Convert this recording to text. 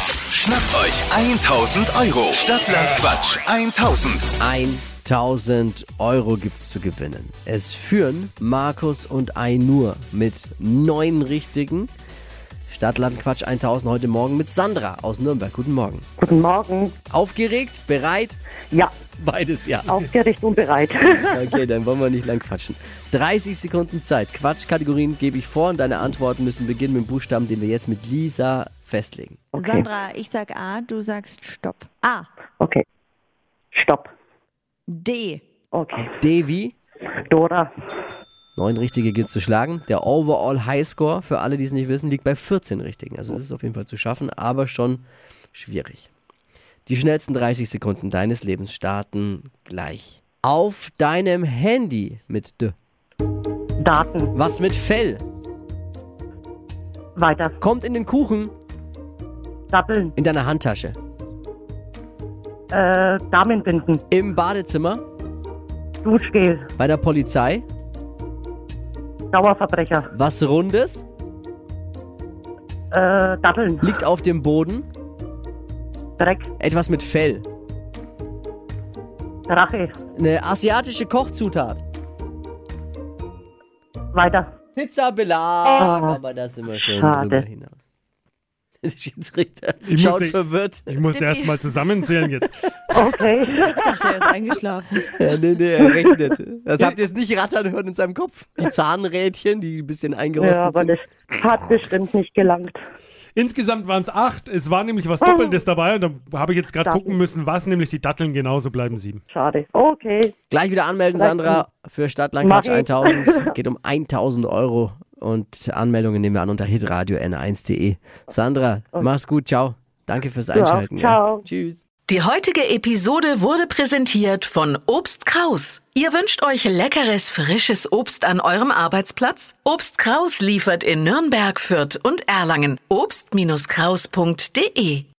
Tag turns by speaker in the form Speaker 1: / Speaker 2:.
Speaker 1: Schnappt euch 1000 Euro. Stadtland Quatsch 1000.
Speaker 2: 1000 Euro gibt's zu gewinnen. Es führen Markus und Ainur mit neun richtigen. Stadtlandquatsch 1000 heute Morgen mit Sandra aus Nürnberg. Guten Morgen.
Speaker 3: Guten Morgen.
Speaker 2: Aufgeregt? Bereit?
Speaker 3: Ja,
Speaker 2: Beides ja.
Speaker 3: aufgeregt und bereit.
Speaker 2: Okay, dann wollen wir nicht lang quatschen. 30 Sekunden Zeit. Quatschkategorien gebe ich vor und deine Antworten müssen beginnen mit dem Buchstaben, den wir jetzt mit Lisa festlegen.
Speaker 4: Sandra, ich sag A, du sagst Stopp. A.
Speaker 3: Okay. Stopp.
Speaker 4: D.
Speaker 3: Okay.
Speaker 2: Devi,
Speaker 3: Dora.
Speaker 2: neun richtige gilt zu schlagen. Der Overall Highscore, für alle, die es nicht wissen, liegt bei 14 richtigen. Also es ist auf jeden Fall zu schaffen, aber schon schwierig. Die schnellsten 30 Sekunden deines Lebens starten gleich. Auf deinem Handy mit D.
Speaker 3: Daten.
Speaker 2: Was mit Fell?
Speaker 3: Weiter.
Speaker 2: Kommt in den Kuchen
Speaker 3: Dappeln.
Speaker 2: in deiner Handtasche.
Speaker 3: Äh, Damenbinden.
Speaker 2: Im Badezimmer,
Speaker 3: Duschgel.
Speaker 2: bei der Polizei,
Speaker 3: Dauerverbrecher.
Speaker 2: was Rundes,
Speaker 3: Äh, Datteln.
Speaker 2: liegt auf dem Boden,
Speaker 3: Dreck.
Speaker 2: etwas mit Fell.
Speaker 3: Drache.
Speaker 2: Eine asiatische Kochzutat.
Speaker 3: Weiter.
Speaker 2: Pizza Belag.
Speaker 3: Oh.
Speaker 2: Aber das immer schön
Speaker 3: Schade.
Speaker 2: drüber hinaus. Der Schiedsrichter
Speaker 5: muss
Speaker 2: schaut
Speaker 5: nicht-
Speaker 2: verwirrt.
Speaker 5: Ich musste erst mal zusammenzählen jetzt.
Speaker 3: Okay.
Speaker 4: Ich dachte, er ist eingeschlafen.
Speaker 2: Ja, nee, nee, er rechnet. Das habt ihr jetzt nicht rattern hören in seinem Kopf. Die Zahnrädchen, die ein bisschen eingerostet
Speaker 3: ja, aber
Speaker 2: sind.
Speaker 3: das hat bestimmt nicht gelangt.
Speaker 5: Insgesamt waren es acht. Es war nämlich was Doppeltes dabei und da habe ich jetzt gerade
Speaker 3: Datteln.
Speaker 5: gucken müssen, was nämlich die Datteln genauso bleiben sieben.
Speaker 3: Schade. Okay.
Speaker 2: Gleich wieder anmelden,
Speaker 3: Gleich-
Speaker 2: Sandra, für Stadtlandquatsch
Speaker 3: Mach ich.
Speaker 2: 1000. Geht um 1000 Euro. Und Anmeldungen nehmen wir an unter hitradio n1.de. Sandra, mach's gut, ciao. Danke fürs
Speaker 3: auch.
Speaker 2: Einschalten.
Speaker 3: Ciao.
Speaker 2: Tschüss.
Speaker 6: Die heutige Episode wurde präsentiert von Obst Kraus. Ihr wünscht euch leckeres, frisches Obst an eurem Arbeitsplatz? Obst Kraus liefert in Nürnberg, Fürth und Erlangen. Obst-Kraus.de